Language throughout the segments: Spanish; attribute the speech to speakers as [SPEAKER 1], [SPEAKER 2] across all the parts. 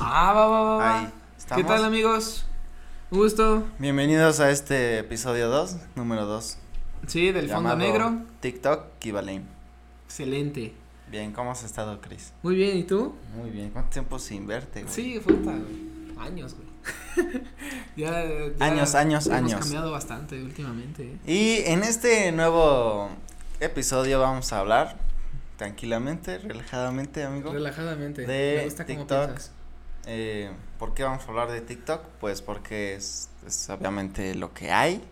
[SPEAKER 1] Ah, va, va, va, va.
[SPEAKER 2] Ahí.
[SPEAKER 1] ¿Qué
[SPEAKER 2] ¿Estamos?
[SPEAKER 1] tal, amigos? Un gusto.
[SPEAKER 2] Bienvenidos a este episodio 2, número 2.
[SPEAKER 1] Sí, del fondo negro.
[SPEAKER 2] TikTok Kibaleim.
[SPEAKER 1] Excelente.
[SPEAKER 2] Bien, ¿cómo has estado, Chris?
[SPEAKER 1] Muy bien, ¿y tú?
[SPEAKER 2] Muy bien. ¿Cuánto tiempo sin verte? güey?
[SPEAKER 1] Sí, falta güey. años, güey. ya, ya
[SPEAKER 2] Años, años,
[SPEAKER 1] hemos
[SPEAKER 2] años.
[SPEAKER 1] cambiado bastante últimamente. ¿eh?
[SPEAKER 2] Y en este nuevo episodio vamos a hablar tranquilamente, relajadamente, amigo.
[SPEAKER 1] Relajadamente.
[SPEAKER 2] De
[SPEAKER 1] Me gusta cómo
[SPEAKER 2] TikTok.
[SPEAKER 1] piensas.
[SPEAKER 2] Eh, ¿Por qué vamos a hablar de TikTok? Pues porque es, es obviamente lo que hay,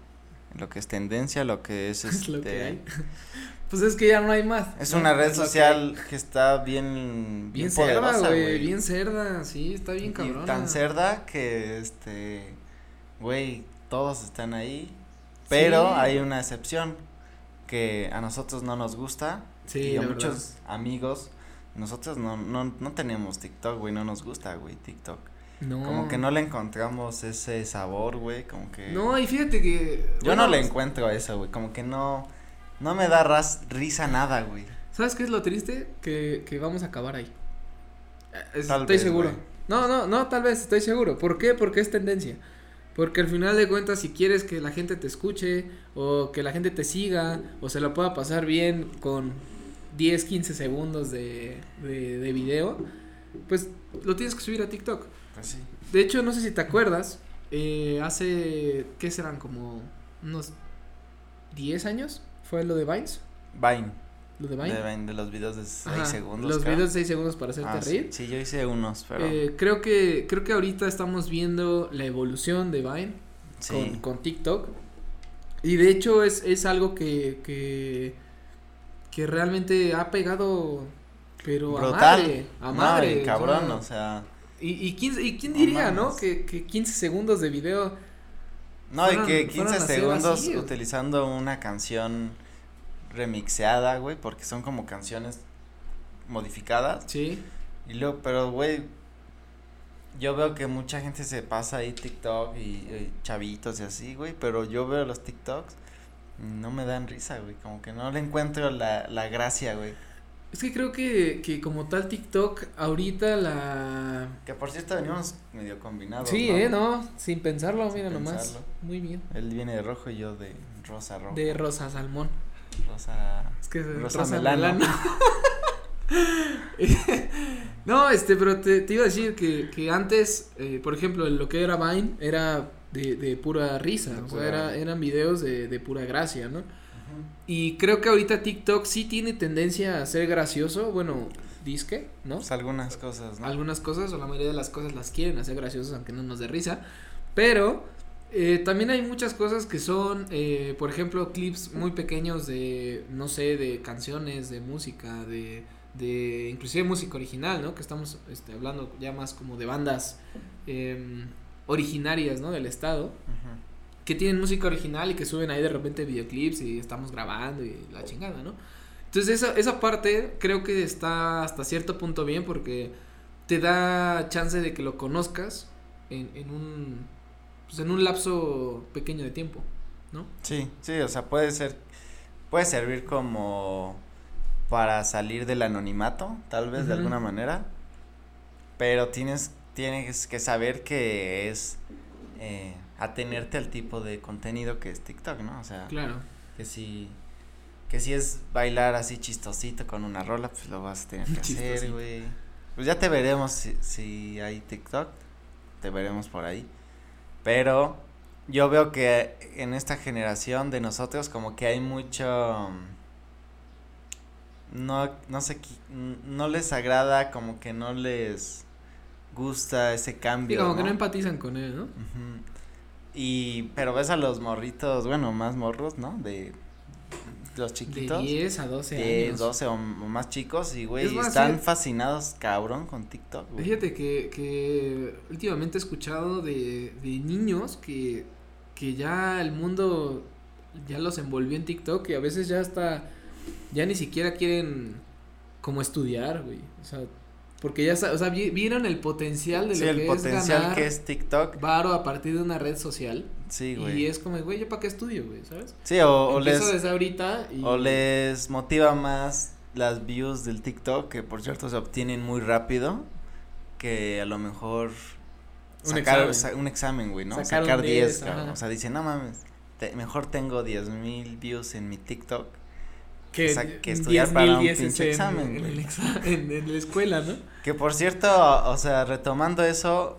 [SPEAKER 2] lo que es tendencia, lo que es,
[SPEAKER 1] Es lo
[SPEAKER 2] este,
[SPEAKER 1] que hay. pues es que ya no hay más.
[SPEAKER 2] Es
[SPEAKER 1] ¿no?
[SPEAKER 2] una red
[SPEAKER 1] Es lo que hay.
[SPEAKER 2] social que... está bien,
[SPEAKER 1] Bien, cerda,
[SPEAKER 2] poderosa,
[SPEAKER 1] güey. Bien cerda, sí, está bien
[SPEAKER 2] Y
[SPEAKER 1] cabrón.
[SPEAKER 2] tan cerda que este güey, todos están ahí, pero
[SPEAKER 1] Sí.
[SPEAKER 2] hay una excepción que a nosotros no nos gusta
[SPEAKER 1] Sí,
[SPEAKER 2] y a
[SPEAKER 1] la
[SPEAKER 2] muchos amigos nosotros no, no, no tenemos TikTok, güey, no nos gusta, güey, TikTok.
[SPEAKER 1] No.
[SPEAKER 2] Como que no le encontramos ese sabor, güey, como que
[SPEAKER 1] Mm. No, y fíjate que.
[SPEAKER 2] yo no
[SPEAKER 1] bueno,
[SPEAKER 2] le encuentro eso, güey, como que no no me da ras- risa nada, güey.
[SPEAKER 1] ¿Sabes qué es lo triste? Que, que vamos a acabar ahí. Eh, es-
[SPEAKER 2] Tal
[SPEAKER 1] estoy
[SPEAKER 2] vez,
[SPEAKER 1] seguro.
[SPEAKER 2] güey.
[SPEAKER 1] No, no, no, tal vez, estoy seguro. ¿Por qué? Porque es tendencia. Porque al final de cuentas, si quieres que la gente te escuche, o que la gente te siga, o se la pueda pasar bien con 10, 15 segundos de, de, de video, pues lo tienes que subir a TikTok.
[SPEAKER 2] Pues sí.
[SPEAKER 1] De hecho, no sé si te acuerdas, eh, hace, ¿qué serán? Como unos 10 años, fue lo de Vines.
[SPEAKER 2] Vine.
[SPEAKER 1] Lo de Vines.
[SPEAKER 2] De, Vine, de los videos de 6
[SPEAKER 1] Ajá,
[SPEAKER 2] segundos.
[SPEAKER 1] Los
[SPEAKER 2] creo.
[SPEAKER 1] videos de 6 segundos para hacerte
[SPEAKER 2] Ah, sí,
[SPEAKER 1] reír.
[SPEAKER 2] Sí, yo hice unos, pero.
[SPEAKER 1] Eh, creo que creo que ahorita estamos viendo la evolución de Vine
[SPEAKER 2] sí.
[SPEAKER 1] con, con TikTok. Y de hecho es, es algo que, que que realmente ha pegado pero a
[SPEAKER 2] Brutal.
[SPEAKER 1] madre, a
[SPEAKER 2] No,
[SPEAKER 1] madre,
[SPEAKER 2] y
[SPEAKER 1] o
[SPEAKER 2] cabrón,
[SPEAKER 1] sea,
[SPEAKER 2] o sea.
[SPEAKER 1] y, y, 15 y quién
[SPEAKER 2] No
[SPEAKER 1] diría, ¿no?
[SPEAKER 2] mames.
[SPEAKER 1] Que, que 15 segundos de video
[SPEAKER 2] No,
[SPEAKER 1] fueron-
[SPEAKER 2] y que
[SPEAKER 1] fueron
[SPEAKER 2] 15
[SPEAKER 1] a ser
[SPEAKER 2] segundos
[SPEAKER 1] así, güey.
[SPEAKER 2] utilizando una canción remixeada, güey, porque son como canciones modificadas.
[SPEAKER 1] Sí,
[SPEAKER 2] Y luego, pero, güey. Yo veo que mucha gente se pasa ahí TikTok y, y chavitos y así, güey, pero yo veo los TikToks. y No me dan risa, güey. Como que no le encuentro la, la gracia, güey.
[SPEAKER 1] es que creo que, que como tal TikTok ahorita la
[SPEAKER 2] Que por cierto venimos medio combinados.
[SPEAKER 1] Sí, eh, no, sin pensarlo,
[SPEAKER 2] Sin
[SPEAKER 1] mira nomás.
[SPEAKER 2] pensarlo.
[SPEAKER 1] Muy bien.
[SPEAKER 2] Él viene de rojo y yo de rosa rojo.
[SPEAKER 1] De Rosa Salmón.
[SPEAKER 2] rosa.
[SPEAKER 1] Es que es
[SPEAKER 2] Rosa Melano.
[SPEAKER 1] no, este, pero te, te iba a decir que, que antes, eh, por ejemplo, lo que era Vine era de, de pura risa,
[SPEAKER 2] De
[SPEAKER 1] o sea,
[SPEAKER 2] pura-
[SPEAKER 1] era- eran videos de, de pura gracia, ¿no? Y creo que ahorita TikTok sí tiene tendencia a ser gracioso, bueno, disque, ¿no?
[SPEAKER 2] Pues algunas cosas, ¿no?
[SPEAKER 1] algunas cosas o la mayoría de las cosas las quieren hacer graciosas aunque no nos dé risa pero eh, también hay muchas cosas que son eh, por ejemplo clips muy pequeños de no sé de canciones de música de de inclusive música original no que estamos este, hablando ya más como de bandas em, originarias no del estado
[SPEAKER 2] Ujú.
[SPEAKER 1] que tienen música original y que suben ahí de repente videoclips y estamos grabando y la chingada, ¿no? Entonces esa, esa parte creo que está hasta cierto punto bien porque te da chance de que lo conozcas en, en un pues en un lapso pequeño de tiempo, ¿no?
[SPEAKER 2] Sí, sí, o sea, puede ser. Puede servir como para salir del anonimato, tal vez de
[SPEAKER 1] Ujú.
[SPEAKER 2] alguna manera. Pero tienes, tienes que saber que es eh, atenerte al tipo de contenido que es TikTok, ¿no? O sea,
[SPEAKER 1] Claro.
[SPEAKER 2] que si que si es bailar así chistosito con una rola, pues lo vas a tener que hacer,
[SPEAKER 1] Chistosito.
[SPEAKER 2] güey. Pues ya te veremos si, si hay TikTok, te veremos por ahí. Pero yo veo que en esta generación de nosotros como que hay mucho mm, no no sé qui- n- no les agrada, como que no les gusta ese
[SPEAKER 1] Y
[SPEAKER 2] cambio.
[SPEAKER 1] como que
[SPEAKER 2] ¿no?
[SPEAKER 1] no empatizan con él, ¿no?
[SPEAKER 2] Ujú. Y, pero ves a los morritos, bueno, más morros, ¿no? De los chiquitos.
[SPEAKER 1] De 10 a 12
[SPEAKER 2] de
[SPEAKER 1] años.
[SPEAKER 2] 12 o, o más chicos y,
[SPEAKER 1] Es
[SPEAKER 2] güey,
[SPEAKER 1] más,
[SPEAKER 2] están
[SPEAKER 1] fíjate-
[SPEAKER 2] fascinados, cabrón, con TikTok, güey.
[SPEAKER 1] Fíjate que, que últimamente he escuchado de, de niños que, que ya el mundo ya los envolvió en TikTok y a veces ya hasta, ya ni siquiera quieren como estudiar, güey. O sea, porque ya, sa- o sea, vi- vieron el potencial de
[SPEAKER 2] Sí,
[SPEAKER 1] lo
[SPEAKER 2] el
[SPEAKER 1] que es
[SPEAKER 2] potencial
[SPEAKER 1] ganar
[SPEAKER 2] que es TikTok.
[SPEAKER 1] varo a partir de una red social.
[SPEAKER 2] Sí,
[SPEAKER 1] y
[SPEAKER 2] güey.
[SPEAKER 1] es como, güey, ¿yo para qué estudio, güey? ¿Sabes?
[SPEAKER 2] Sí, o, o
[SPEAKER 1] Empiezo
[SPEAKER 2] les,
[SPEAKER 1] desde ahorita y...
[SPEAKER 2] o les motiva más las views del TikTok, que por cierto se obtienen muy rápido, que a lo mejor
[SPEAKER 1] Un
[SPEAKER 2] sacar
[SPEAKER 1] examen.
[SPEAKER 2] sa- un examen, güey, ¿no?
[SPEAKER 1] Sacar
[SPEAKER 2] Sacar,
[SPEAKER 1] un
[SPEAKER 2] 10,
[SPEAKER 1] 10,
[SPEAKER 2] cabrón.
[SPEAKER 1] ajá.
[SPEAKER 2] O sea, dice, no mames, te- mejor tengo 10 mil views en mi TikTok.
[SPEAKER 1] Que,
[SPEAKER 2] O sea, que estudiar para un pinche examen,
[SPEAKER 1] En,
[SPEAKER 2] güey.
[SPEAKER 1] el exa- en- en la escuela, ¿no?
[SPEAKER 2] Que por cierto, o sea, retomando eso,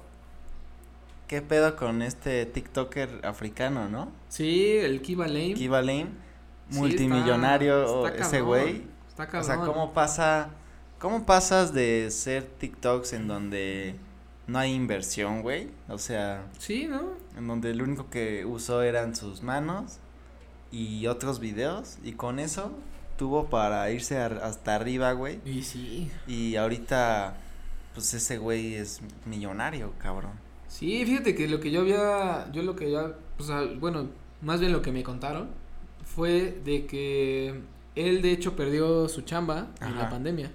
[SPEAKER 2] ¿qué pedo con este TikToker africano, no?
[SPEAKER 1] Sí, el Kiva Lame.
[SPEAKER 2] Kiva Lane,
[SPEAKER 1] Sí,
[SPEAKER 2] multimillonario
[SPEAKER 1] está- está
[SPEAKER 2] ese
[SPEAKER 1] cabrón,
[SPEAKER 2] güey.
[SPEAKER 1] Está
[SPEAKER 2] O
[SPEAKER 1] cabrón.
[SPEAKER 2] sea, ¿cómo pasa, cómo pasas de ser TikToks en donde no hay inversión, güey? O sea,
[SPEAKER 1] Sí, ¿no?
[SPEAKER 2] en donde lo único que usó eran sus manos y otros videos y con eso tuvo para irse ar- hasta arriba, güey.
[SPEAKER 1] Y sí.
[SPEAKER 2] Y ahorita, pues ese güey es millonario, cabrón.
[SPEAKER 1] Sí, fíjate que lo que yo había, yo lo que ya, o sea, bueno, más bien lo que me contaron fue de que él de hecho perdió su chamba en la
[SPEAKER 2] Ajá.
[SPEAKER 1] pandemia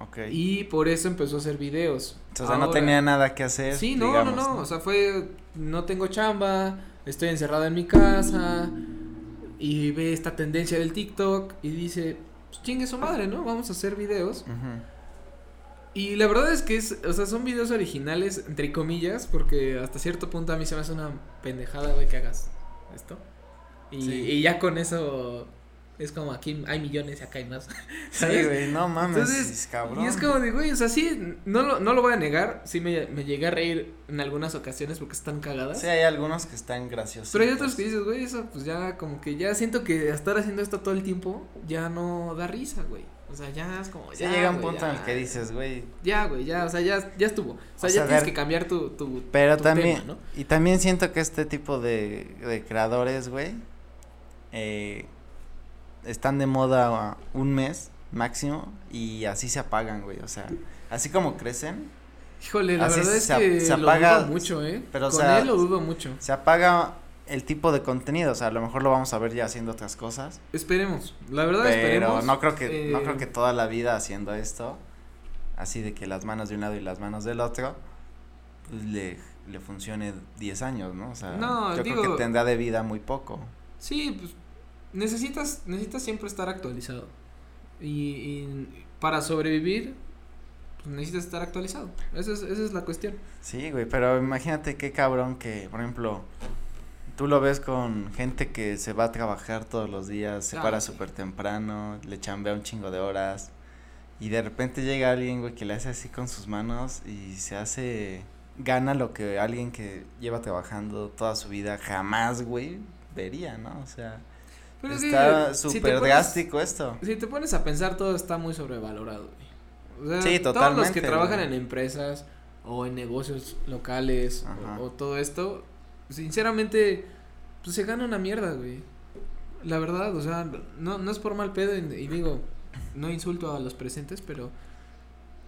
[SPEAKER 2] Ok.
[SPEAKER 1] y por eso empezó a hacer videos.
[SPEAKER 2] o sea, no
[SPEAKER 1] Ahora-
[SPEAKER 2] tenía nada que hacer.
[SPEAKER 1] Sí, no,
[SPEAKER 2] digamos,
[SPEAKER 1] no, no, o sea, fue no tengo chamba, estoy encerrado en mi casa y ve esta tendencia del TikTok y dice, pues chingue su madre, ¿no? Vamos a hacer videos.
[SPEAKER 2] Ujú.
[SPEAKER 1] Y la verdad es que es, o sea, son videos originales, entre comillas, porque hasta cierto punto a mí se me hace una pendejada, güey, que hagas esto. Y,
[SPEAKER 2] Sí.
[SPEAKER 1] y ya con eso es como aquí hay millones y acá hay más.
[SPEAKER 2] Sí,
[SPEAKER 1] ¿Sabes?
[SPEAKER 2] güey, no mames,
[SPEAKER 1] Entonces,
[SPEAKER 2] es cabrón.
[SPEAKER 1] Y es como de, güey, o sea, sí, no lo, no lo voy a negar, sí me, me llegué a reír en algunas ocasiones porque están cagadas.
[SPEAKER 2] Sí, hay algunos que están graciosos.
[SPEAKER 1] Pero hay otros que dices, güey, eso pues ya como que ya siento que estar haciendo esto todo el tiempo ya no da risa, güey. O sea, ya es como...
[SPEAKER 2] Ya llega un
[SPEAKER 1] "Ah, güey,
[SPEAKER 2] punto en el
[SPEAKER 1] ya.
[SPEAKER 2] que dices, güey.
[SPEAKER 1] Ya, güey, ya, o sea, ya, ya estuvo. O sea,
[SPEAKER 2] O
[SPEAKER 1] ya
[SPEAKER 2] sea,
[SPEAKER 1] tienes que
[SPEAKER 2] ver-
[SPEAKER 1] cambiar tu, tu
[SPEAKER 2] Pero
[SPEAKER 1] tu
[SPEAKER 2] también.
[SPEAKER 1] tema, ¿no?
[SPEAKER 2] Y también siento que este tipo de, de creadores, güey, eh, están de moda un mes máximo y así se apagan, güey. O sea, así como crecen,
[SPEAKER 1] Híjole, la
[SPEAKER 2] Así
[SPEAKER 1] verdad es
[SPEAKER 2] se ap-
[SPEAKER 1] que
[SPEAKER 2] se
[SPEAKER 1] lo
[SPEAKER 2] apaga,
[SPEAKER 1] dudo mucho, ¿eh?
[SPEAKER 2] pero, o
[SPEAKER 1] Con
[SPEAKER 2] sea,
[SPEAKER 1] él lo dudo mucho.
[SPEAKER 2] se apaga el tipo de contenido. O sea, a lo mejor lo vamos a ver ya haciendo otras cosas.
[SPEAKER 1] Esperemos, la verdad
[SPEAKER 2] Pero
[SPEAKER 1] esperemos.
[SPEAKER 2] no creo que, no
[SPEAKER 1] eh,
[SPEAKER 2] creo que toda la vida haciendo esto, así de que las manos de un lado y las manos del otro, pues le, le funcione 10 años, ¿no? O sea,
[SPEAKER 1] No,
[SPEAKER 2] yo creo
[SPEAKER 1] digo-
[SPEAKER 2] que tendrá de vida muy poco.
[SPEAKER 1] Sí, pues necesitas, necesitas siempre estar actualizado. Y, y para sobrevivir, pues, necesitas estar actualizado. Esa es, esa es la cuestión.
[SPEAKER 2] Sí, güey, pero imagínate qué cabrón que, por ejemplo, tú lo ves con gente que se va a trabajar todos los días, se
[SPEAKER 1] Ah,
[SPEAKER 2] para
[SPEAKER 1] sí.
[SPEAKER 2] súper temprano, le chambea un chingo de horas y de repente llega alguien, güey, que le hace así con sus manos y se hace, gana lo que alguien que lleva trabajando toda su vida jamás, güey, vería, ¿no? O sea,
[SPEAKER 1] Pero es que
[SPEAKER 2] está
[SPEAKER 1] si te
[SPEAKER 2] súper
[SPEAKER 1] pones-
[SPEAKER 2] drástico esto.
[SPEAKER 1] Si te pones a pensar, todo está muy sobrevalorado, güey. O sea,
[SPEAKER 2] Sí,
[SPEAKER 1] Todos los que
[SPEAKER 2] totalmente,
[SPEAKER 1] trabajan
[SPEAKER 2] güey.
[SPEAKER 1] en empresas o en negocios locales o-
[SPEAKER 2] Ajá.
[SPEAKER 1] o, todo esto, sinceramente, pues se gana una mierda, güey. La verdad, o sea, no, no es por mal pedo y, y digo, no insulto a los presentes, pero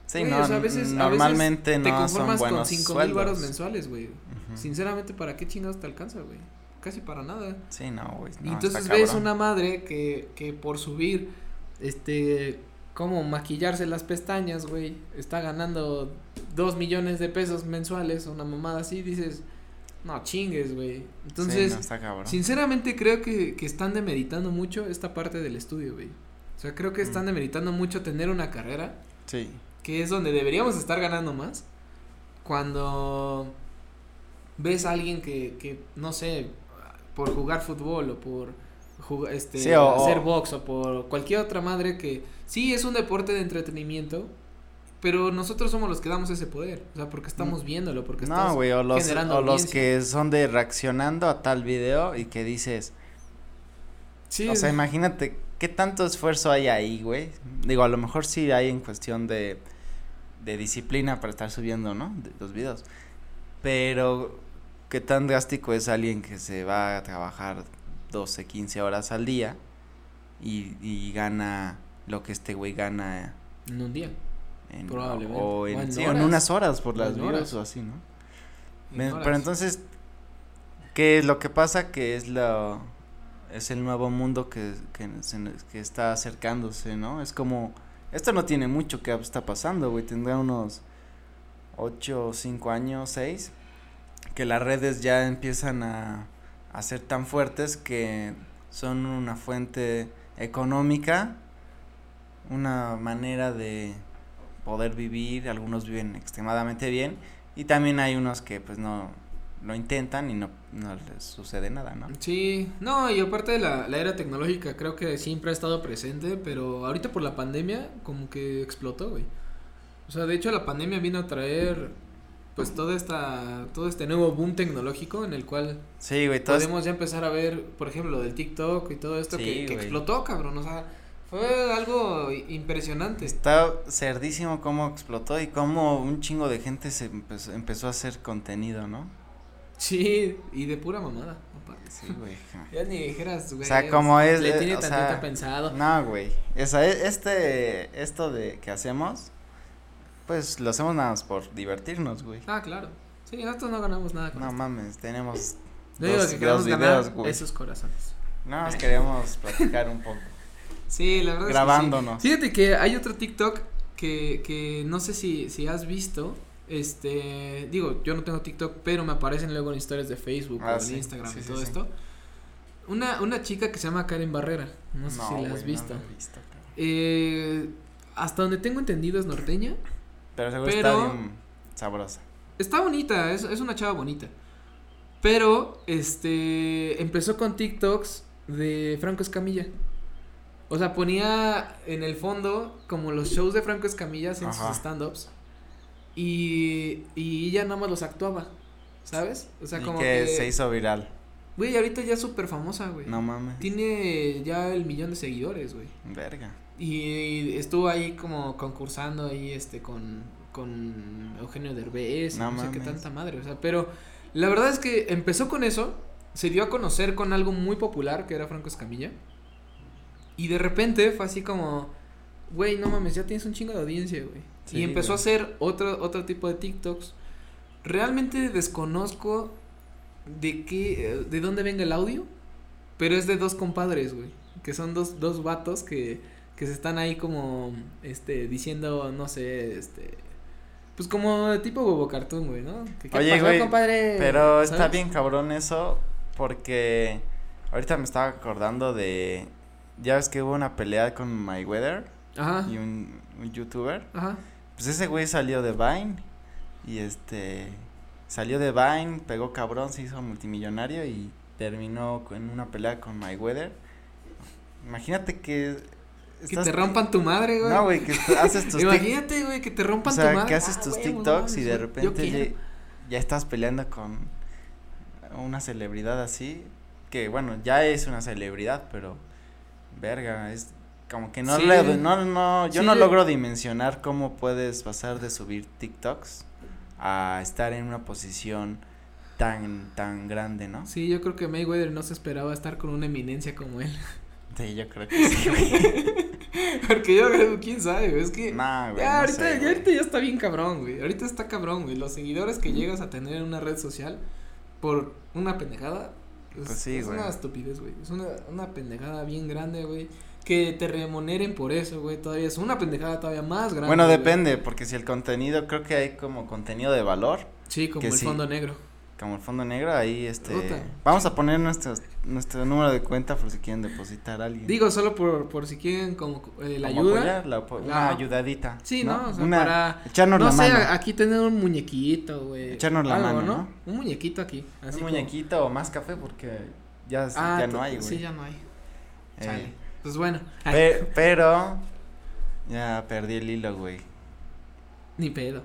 [SPEAKER 2] Sí,
[SPEAKER 1] güey,
[SPEAKER 2] no,
[SPEAKER 1] o sea, a veces, a veces
[SPEAKER 2] normalmente
[SPEAKER 1] te
[SPEAKER 2] no son
[SPEAKER 1] conformas con
[SPEAKER 2] buenos
[SPEAKER 1] cinco mil varos
[SPEAKER 2] sueldos.
[SPEAKER 1] mensuales, güey.
[SPEAKER 2] Ujú.
[SPEAKER 1] Sinceramente, ¿para qué chingados te alcanza, güey? Casi para nada.
[SPEAKER 2] Sí, no, güey.
[SPEAKER 1] Y
[SPEAKER 2] no, está
[SPEAKER 1] entonces ves
[SPEAKER 2] cabrón.
[SPEAKER 1] una madre que, que por subir, este, cómo maquillarse las pestañas, güey, está ganando dos millones de pesos mensuales, una mamada así, dices, no chingues, güey.
[SPEAKER 2] Sí, no,
[SPEAKER 1] Entonces,
[SPEAKER 2] está cabrón.
[SPEAKER 1] sinceramente creo que, que están demeritando mucho esta parte del estudio, güey. O sea, creo que están
[SPEAKER 2] Mm.
[SPEAKER 1] demeritando mucho tener una carrera
[SPEAKER 2] Sí.
[SPEAKER 1] que es donde deberíamos estar ganando más. Cuando ves a alguien que, que no sé, por jugar fútbol o por jug- este,
[SPEAKER 2] Sí, o-
[SPEAKER 1] hacer
[SPEAKER 2] o-
[SPEAKER 1] box o por cualquier otra madre que sí es un deporte de entretenimiento, pero nosotros somos los que damos ese poder, o sea, porque estamos viéndolo, porque
[SPEAKER 2] Mm. No,
[SPEAKER 1] estás-
[SPEAKER 2] güey, o los,
[SPEAKER 1] generando
[SPEAKER 2] o los
[SPEAKER 1] audiencia.
[SPEAKER 2] que son de reaccionando a tal video y que dices,
[SPEAKER 1] Sí,
[SPEAKER 2] o sea, imagínate qué tanto esfuerzo hay ahí, güey. Digo, a lo mejor sí hay en cuestión de, de disciplina para estar subiendo, ¿no? De- los videos. Pero, ¿qué tan drástico es alguien que se va a trabajar 12, 15 horas al día y, y gana lo que este güey gana
[SPEAKER 1] en un día.
[SPEAKER 2] en,
[SPEAKER 1] Probablemente.
[SPEAKER 2] o en,
[SPEAKER 1] O en
[SPEAKER 2] sí, o en
[SPEAKER 1] horas.
[SPEAKER 2] unas horas por las
[SPEAKER 1] En
[SPEAKER 2] views
[SPEAKER 1] horas.
[SPEAKER 2] o así, ¿no?
[SPEAKER 1] en
[SPEAKER 2] Me-
[SPEAKER 1] horas.
[SPEAKER 2] pero entonces, ¿qué es lo que pasa? Que es la es el nuevo mundo que, que, se nos- que está acercándose, ¿no? Es como, esto no tiene mucho que está pasando, güey, tendrá unos 8, 5 años, 6, que las redes ya empiezan a, a ser tan fuertes que son una fuente económica, una manera de poder vivir, algunos viven extremadamente bien y también hay unos que pues no lo intentan y no, no les sucede nada, ¿no?
[SPEAKER 1] Sí, no, y aparte de la, la era tecnológica creo que siempre ha estado presente, pero ahorita por la pandemia como que explotó, güey. O sea, de hecho la pandemia vino a traer pues toda esta todo este nuevo boom tecnológico en el cual
[SPEAKER 2] Sí, güey, todos-
[SPEAKER 1] podemos ya empezar a ver, por ejemplo, lo del TikTok y todo esto
[SPEAKER 2] Sí,
[SPEAKER 1] que, que
[SPEAKER 2] güey.
[SPEAKER 1] explotó, cabrón, o sea, fue algo i- impresionante.
[SPEAKER 2] Está cerdísimo cómo explotó y cómo un chingo de gente se empezó, empezó a hacer contenido, ¿no?
[SPEAKER 1] Sí, y de pura mamada, aparte.
[SPEAKER 2] Sí, güey.
[SPEAKER 1] Ya ni dijeras, güey.
[SPEAKER 2] O sea, como es,
[SPEAKER 1] Le
[SPEAKER 2] eh,
[SPEAKER 1] tiene
[SPEAKER 2] o
[SPEAKER 1] tantito
[SPEAKER 2] sea, mm.
[SPEAKER 1] pensado.
[SPEAKER 2] No, güey. Esa, e- este, esto de que hacemos, pues lo hacemos nada más por divertirnos, güey.
[SPEAKER 1] Ah, claro. Sí, nosotros no ganamos nada con
[SPEAKER 2] No
[SPEAKER 1] esto.
[SPEAKER 2] mames, tenemos
[SPEAKER 1] Lo único
[SPEAKER 2] dos-
[SPEAKER 1] que queremos
[SPEAKER 2] dos
[SPEAKER 1] ganar
[SPEAKER 2] videos, güey.
[SPEAKER 1] esos corazones.
[SPEAKER 2] Nada más queremos platicar un poco.
[SPEAKER 1] Sí, la verdad es que sí.
[SPEAKER 2] grabándonos.
[SPEAKER 1] Fíjate que hay otro TikTok que, que no sé si, si has visto. Este, digo, yo no tengo TikTok, pero me aparecen luego en historias de Facebook o
[SPEAKER 2] Ah,
[SPEAKER 1] en
[SPEAKER 2] sí,
[SPEAKER 1] Instagram
[SPEAKER 2] sí,
[SPEAKER 1] y
[SPEAKER 2] sí,
[SPEAKER 1] todo
[SPEAKER 2] sí.
[SPEAKER 1] esto. Una, una chica que se llama Karen Barrera, no sé si
[SPEAKER 2] güey,
[SPEAKER 1] la
[SPEAKER 2] no
[SPEAKER 1] has visto.
[SPEAKER 2] lo he visto, cabrón.
[SPEAKER 1] Eh, hasta donde tengo entendido es norteña.
[SPEAKER 2] Pero seguro
[SPEAKER 1] Pero-
[SPEAKER 2] está bien sabrosa.
[SPEAKER 1] Está bonita, es, es una chava bonita. Pero, este, empezó con TikToks de Franco Escamilla. O sea, ponía en el fondo como los shows de Franco Escamilla en
[SPEAKER 2] Ajá.
[SPEAKER 1] sus stand-ups. Y, y ella nada más los actuaba, ¿sabes? O sea,
[SPEAKER 2] y
[SPEAKER 1] como
[SPEAKER 2] que,
[SPEAKER 1] que...
[SPEAKER 2] se hizo viral.
[SPEAKER 1] Güey, ahorita ya es súper famosa, güey.
[SPEAKER 2] No mames.
[SPEAKER 1] Tiene ya el millón de seguidores, güey.
[SPEAKER 2] Verga.
[SPEAKER 1] Y estuvo ahí como concursando ahí este con, con Eugenio Derbez, y
[SPEAKER 2] No
[SPEAKER 1] no, sé qué
[SPEAKER 2] mames.
[SPEAKER 1] tanta madre, o sea, pero la verdad es que empezó con eso, se dio a conocer con algo muy popular que era Franco Escamilla. Y de repente fue así como, güey, no mames, ya tienes un chingo de audiencia, güey.
[SPEAKER 2] Sí,
[SPEAKER 1] y empezó
[SPEAKER 2] güey.
[SPEAKER 1] a hacer otro otro tipo de TikToks. Realmente desconozco de qué eh, de dónde venga el audio, pero es de dos compadres, güey, que son dos dos vatos que que se están ahí como este diciendo, no sé, este pues como tipo bobo cartoon, güey, ¿no? Que, ¿qué
[SPEAKER 2] Oye,
[SPEAKER 1] pasó,
[SPEAKER 2] güey,
[SPEAKER 1] compadre?
[SPEAKER 2] Pero está
[SPEAKER 1] Eh, ¿Sabes?
[SPEAKER 2] bien cabrón eso porque ahorita me estaba acordando de ya ves que hubo una pelea con Mayweather
[SPEAKER 1] Ajá.
[SPEAKER 2] y un, un youtuber.
[SPEAKER 1] Ajá.
[SPEAKER 2] Pues ese güey salió de Vine y este salió de Vine, pegó cabrón, se hizo multimillonario y terminó con- en una pelea con Mayweather. Imagínate que
[SPEAKER 1] Que
[SPEAKER 2] estás-
[SPEAKER 1] te rompan tu madre, güey.
[SPEAKER 2] No, güey, que est- haces tus tic-
[SPEAKER 1] Imagínate, güey, que te rompan
[SPEAKER 2] o
[SPEAKER 1] tu
[SPEAKER 2] sea,
[SPEAKER 1] madre.
[SPEAKER 2] que haces
[SPEAKER 1] Ah,
[SPEAKER 2] tus
[SPEAKER 1] güey, no
[SPEAKER 2] TikToks
[SPEAKER 1] mames,
[SPEAKER 2] y de
[SPEAKER 1] güey, yo
[SPEAKER 2] repente
[SPEAKER 1] quiero.
[SPEAKER 2] ya, ya estás peleando con una celebridad así, que bueno, ya es una celebridad, pero verga, es como que no
[SPEAKER 1] Sí.
[SPEAKER 2] le- no no yo
[SPEAKER 1] Sí,
[SPEAKER 2] no
[SPEAKER 1] le-
[SPEAKER 2] logro dimensionar cómo puedes pasar de subir TikToks a estar en una posición tan tan grande, ¿no?
[SPEAKER 1] Sí, yo creo que Mayweather no se esperaba estar con una eminencia como él.
[SPEAKER 2] Sí, yo creo que sí. güey.
[SPEAKER 1] Porque yo creo, quién sabe, güey, es que.
[SPEAKER 2] Nah, güey,
[SPEAKER 1] ya,
[SPEAKER 2] no
[SPEAKER 1] ahorita,
[SPEAKER 2] sé,
[SPEAKER 1] ya,
[SPEAKER 2] güey.
[SPEAKER 1] ahorita ya está bien cabrón, güey. Ahorita está cabrón, güey. Los seguidores que llegas a tener en una red social por una pendejada. Es,
[SPEAKER 2] Pues sí,
[SPEAKER 1] es
[SPEAKER 2] güey.
[SPEAKER 1] una estupidez, güey. Es una, una pendejada bien grande, güey. Que te remuneren por eso, güey. Todavía es una pendejada todavía más grande.
[SPEAKER 2] Bueno,
[SPEAKER 1] güey.
[SPEAKER 2] depende, porque si el contenido creo que hay como contenido de valor,
[SPEAKER 1] Sí, como
[SPEAKER 2] que
[SPEAKER 1] el
[SPEAKER 2] sí.
[SPEAKER 1] fondo negro.
[SPEAKER 2] Como el fondo negro, ahí este.
[SPEAKER 1] Puta.
[SPEAKER 2] Vamos a poner nuestros, nuestro número de cuenta por si quieren depositar a alguien.
[SPEAKER 1] Digo, solo por, por si quieren como eh, la
[SPEAKER 2] Como
[SPEAKER 1] ayuda.
[SPEAKER 2] apoyar, la apo-
[SPEAKER 1] Ajá.
[SPEAKER 2] Una ayudadita.
[SPEAKER 1] Sí, ¿no? O sea,
[SPEAKER 2] Una-
[SPEAKER 1] para-
[SPEAKER 2] Echarnos
[SPEAKER 1] No
[SPEAKER 2] la
[SPEAKER 1] sé,
[SPEAKER 2] mano.
[SPEAKER 1] a- aquí tener un muñequito, güey.
[SPEAKER 2] Echarnos la
[SPEAKER 1] algo,
[SPEAKER 2] mano, ¿no?
[SPEAKER 1] Un muñequito aquí. así
[SPEAKER 2] Un
[SPEAKER 1] como-
[SPEAKER 2] muñequito o más café porque ya, s-
[SPEAKER 1] Ah,
[SPEAKER 2] ya
[SPEAKER 1] t-
[SPEAKER 2] no hay, güey.
[SPEAKER 1] Sí, ya no hay.
[SPEAKER 2] Eh,
[SPEAKER 1] Chale. Pues bueno.
[SPEAKER 2] pe- pero. Ya perdí el hilo, güey.
[SPEAKER 1] Ni pedo.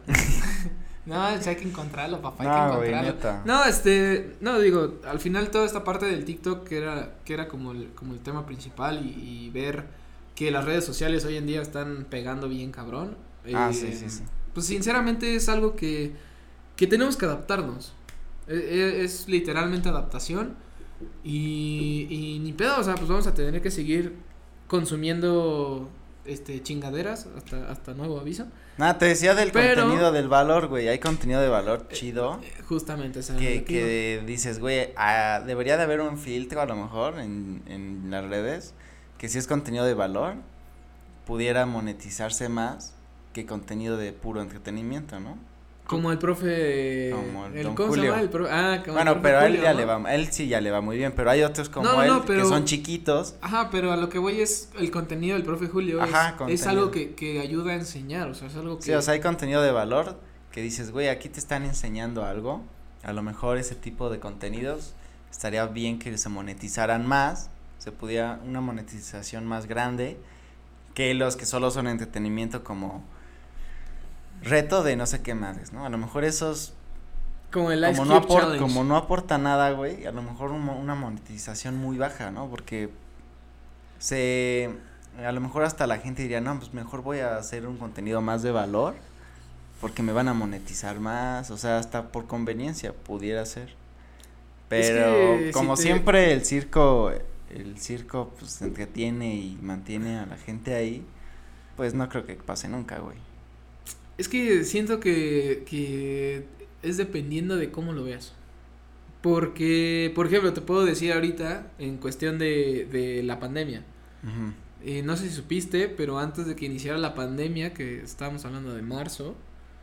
[SPEAKER 1] no, o sea, hay que encontrarlo, papá, hay
[SPEAKER 2] No,
[SPEAKER 1] que
[SPEAKER 2] güey,
[SPEAKER 1] encontrarlo.
[SPEAKER 2] neta.
[SPEAKER 1] no, este, no, digo, al final toda esta parte del TikTok que era, que era como el, como el tema principal y, y ver que las redes sociales hoy en día están pegando bien cabrón.
[SPEAKER 2] Ah,
[SPEAKER 1] eh,
[SPEAKER 2] sí, sí, sí.
[SPEAKER 1] Pues sinceramente es algo que, que tenemos que adaptarnos. E- e- Es, literalmente adaptación y, y ni pedo, o sea, pues vamos a tener que seguir consumiendo este chingaderas hasta, hasta nuevo aviso.
[SPEAKER 2] Nada, te decía del
[SPEAKER 1] Pero- Eh,
[SPEAKER 2] contenido del valor, güey. Hay contenido de valor chido.
[SPEAKER 1] Justamente, esa
[SPEAKER 2] que, que dices, güey, ah, debería de haber un filtro a lo mejor en, en las redes, que si es contenido de valor, pudiera monetizarse más que contenido de puro entretenimiento, ¿no?
[SPEAKER 1] Como el profe.
[SPEAKER 2] Como el
[SPEAKER 1] el,
[SPEAKER 2] don
[SPEAKER 1] ¿Cómo se
[SPEAKER 2] Julio.
[SPEAKER 1] llama? El pro- ah, como el
[SPEAKER 2] Bueno,
[SPEAKER 1] profe
[SPEAKER 2] pero a él
[SPEAKER 1] Julio,
[SPEAKER 2] ya
[SPEAKER 1] ¿no?
[SPEAKER 2] le va, a él sí ya le va muy bien, pero hay otros como
[SPEAKER 1] No, no,
[SPEAKER 2] él
[SPEAKER 1] no,
[SPEAKER 2] que
[SPEAKER 1] pero-
[SPEAKER 2] son chiquitos.
[SPEAKER 1] Ajá, pero a lo que voy es el contenido del profe Julio. es-
[SPEAKER 2] Ajá,
[SPEAKER 1] es,
[SPEAKER 2] contenido.
[SPEAKER 1] algo que, que ayuda a enseñar, o sea, es algo que.
[SPEAKER 2] Sí, o sea, hay contenido de valor que dices, güey, aquí te están enseñando algo. A lo mejor ese tipo de contenidos estaría bien que se monetizaran más, se pudiera una monetización más grande que los que solo son entretenimiento como reto de no sé qué madres, ¿no? A lo mejor esos
[SPEAKER 1] como el Ice
[SPEAKER 2] como no,
[SPEAKER 1] Cube
[SPEAKER 2] apor-
[SPEAKER 1] Challenge.
[SPEAKER 2] como no aporta nada, güey, a lo mejor un mo- una monetización muy baja, ¿no? Porque se, a lo mejor hasta la gente diría, no, pues mejor voy a hacer un contenido más de valor, porque me van a monetizar más, o sea, hasta por conveniencia pudiera ser.
[SPEAKER 1] Es que
[SPEAKER 2] Pero
[SPEAKER 1] si
[SPEAKER 2] como
[SPEAKER 1] te-
[SPEAKER 2] siempre el circo, el circo pues entretiene y mantiene a la gente ahí, pues no creo que pase nunca, güey.
[SPEAKER 1] Es que siento que, que es dependiendo de cómo lo veas. Porque, por ejemplo, te puedo decir ahorita en cuestión de, de la pandemia.
[SPEAKER 2] Ujú.
[SPEAKER 1] Eh, no sé si supiste, pero antes de que iniciara la pandemia, que estábamos hablando de marzo,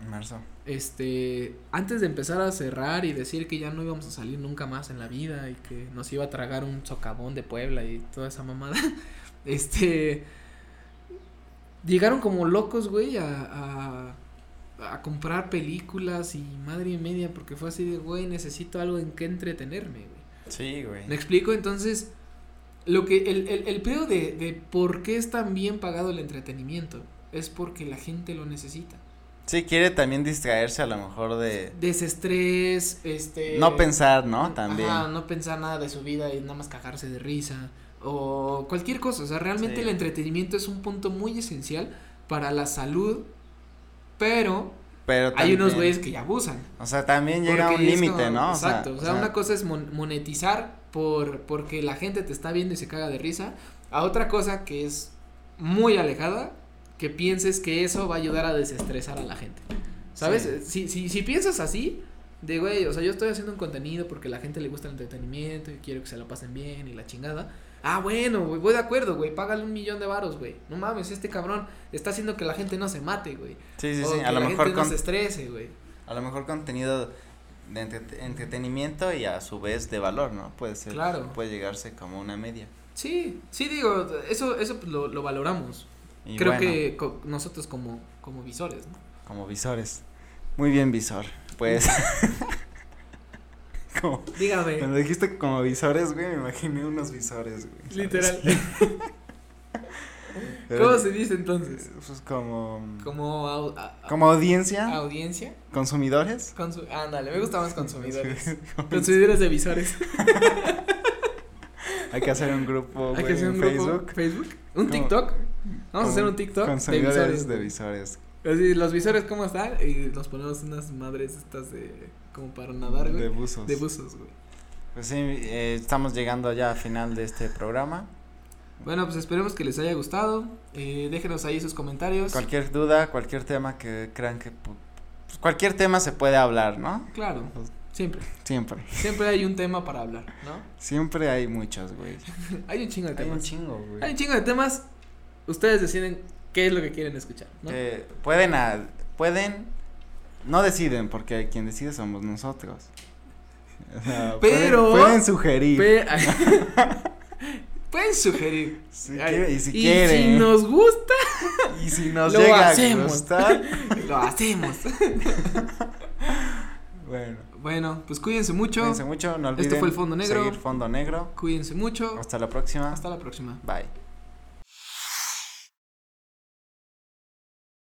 [SPEAKER 2] En marzo.
[SPEAKER 1] este, antes de empezar a cerrar y decir que ya no íbamos a salir nunca más en la vida y que nos iba a tragar un socavón de Puebla y toda esa mamada, este, llegaron como locos, güey, a, a, a comprar películas y madre y media porque fue así de, güey, necesito algo en que entretenerme, güey.
[SPEAKER 2] Sí, güey.
[SPEAKER 1] ¿Me explico? Entonces, lo que, el, el, el pedo de, de por qué es tan bien pagado el entretenimiento es porque la gente lo necesita.
[SPEAKER 2] Sí, quiere también distraerse a lo mejor de
[SPEAKER 1] desestrés, este.
[SPEAKER 2] no pensar, ¿no? También.
[SPEAKER 1] Ajá, no pensar nada de su vida y nada más cagarse de risa o cualquier cosa. O sea, realmente
[SPEAKER 2] Sí.
[SPEAKER 1] el entretenimiento es un punto muy esencial para la salud, pero
[SPEAKER 2] pero
[SPEAKER 1] hay
[SPEAKER 2] también-
[SPEAKER 1] unos güeyes que ya abusan.
[SPEAKER 2] O sea, también llega a un
[SPEAKER 1] porque es
[SPEAKER 2] límite,
[SPEAKER 1] como-
[SPEAKER 2] ¿no? O sea,
[SPEAKER 1] Exacto. O sea,
[SPEAKER 2] o sea,
[SPEAKER 1] una cosa es mon- monetizar por porque la gente te está viendo y se caga de risa, a otra cosa que es muy alejada, que pienses que eso va a ayudar a desestresar a la gente. ¿Sabes? Eh, Si, si, si piensas así, de güey, o sea, yo estoy haciendo un contenido porque la gente le gusta el entretenimiento y quiero que se lo pasen bien y la chingada. Ah, bueno, güey, voy de acuerdo, güey, págale un millón de varos, güey. No mames, este cabrón está haciendo que la gente no se mate, güey.
[SPEAKER 2] Sí, sí,
[SPEAKER 1] o
[SPEAKER 2] sí.
[SPEAKER 1] que
[SPEAKER 2] A lo,
[SPEAKER 1] la
[SPEAKER 2] mejor
[SPEAKER 1] gente no
[SPEAKER 2] con-
[SPEAKER 1] se estrese, güey.
[SPEAKER 2] a lo mejor contenido de entrete- entretenimiento y a su vez de valor, ¿no? Puede ser.
[SPEAKER 1] Claro.
[SPEAKER 2] Puede llegarse como una media.
[SPEAKER 1] Sí, sí digo, eso, eso pues, lo, lo valoramos.
[SPEAKER 2] Y
[SPEAKER 1] Creo
[SPEAKER 2] bueno,
[SPEAKER 1] que co- nosotros como, como visores, ¿no?
[SPEAKER 2] Como visores. Muy bien, visor. Pues. como.
[SPEAKER 1] Dígame,
[SPEAKER 2] Cuando dijiste como visores, güey, me imaginé unos visores, güey. ¿sabes?
[SPEAKER 1] literal.
[SPEAKER 2] Pero-
[SPEAKER 1] ¿Cómo se dice entonces?
[SPEAKER 2] Pues como.
[SPEAKER 1] Como au- a- a-
[SPEAKER 2] Como audiencia.
[SPEAKER 1] audiencia.
[SPEAKER 2] ¿Consumidores?
[SPEAKER 1] Consu- Ándale, me gusta más consumidores.
[SPEAKER 2] Consumidores.
[SPEAKER 1] consumidores de visores.
[SPEAKER 2] Hay que hacer un grupo
[SPEAKER 1] Hay
[SPEAKER 2] güey,
[SPEAKER 1] que hacer
[SPEAKER 2] en
[SPEAKER 1] un
[SPEAKER 2] Facebook.
[SPEAKER 1] grupo. Facebook. Un
[SPEAKER 2] Como-
[SPEAKER 1] TikTok. Vamos
[SPEAKER 2] Como
[SPEAKER 1] a hacer un TikTok de
[SPEAKER 2] Consumidores de
[SPEAKER 1] visores.
[SPEAKER 2] visores.
[SPEAKER 1] Así, los visores, ¿cómo están? Y nos ponemos unas madres estas de. como para nadar,
[SPEAKER 2] de
[SPEAKER 1] güey.
[SPEAKER 2] buzos.
[SPEAKER 1] De buzos, güey.
[SPEAKER 2] Pues sí, eh, estamos llegando ya al final de este programa.
[SPEAKER 1] Bueno, pues esperemos que les haya gustado. Eh, déjenos ahí sus comentarios.
[SPEAKER 2] Cualquier duda, cualquier tema que crean que... pu- pues, cualquier tema se puede hablar, ¿no?
[SPEAKER 1] Claro,
[SPEAKER 2] Pues,
[SPEAKER 1] siempre.
[SPEAKER 2] Siempre.
[SPEAKER 1] Siempre hay un tema para hablar, ¿no?
[SPEAKER 2] Siempre hay muchos, güey.
[SPEAKER 1] Hay un chingo de
[SPEAKER 2] Hay un
[SPEAKER 1] temas.
[SPEAKER 2] chingo,
[SPEAKER 1] Hay un
[SPEAKER 2] güey.
[SPEAKER 1] chingo de temas. Ustedes deciden qué es lo que quieren escuchar, ¿no?
[SPEAKER 2] Que pueden... a- pueden... No deciden, porque quien decide somos nosotros. O sea, pueden-
[SPEAKER 1] Pero-
[SPEAKER 2] Pueden, sugerir.
[SPEAKER 1] Pe- Pueden sugerir.
[SPEAKER 2] si
[SPEAKER 1] Ay,
[SPEAKER 2] quiere- y si
[SPEAKER 1] y
[SPEAKER 2] quieren.
[SPEAKER 1] si nos gusta,
[SPEAKER 2] Y si nos
[SPEAKER 1] Lo
[SPEAKER 2] llega a
[SPEAKER 1] hacemos.
[SPEAKER 2] gustar,
[SPEAKER 1] lo hacemos.
[SPEAKER 2] bueno.
[SPEAKER 1] bueno, pues cuídense mucho.
[SPEAKER 2] Cuídense mucho, no olviden
[SPEAKER 1] Esto fue El Este Fondo Negro.
[SPEAKER 2] seguir Fondo Negro.
[SPEAKER 1] Cuídense mucho.
[SPEAKER 2] Hasta la próxima.
[SPEAKER 1] Hasta la próxima.
[SPEAKER 2] Bye.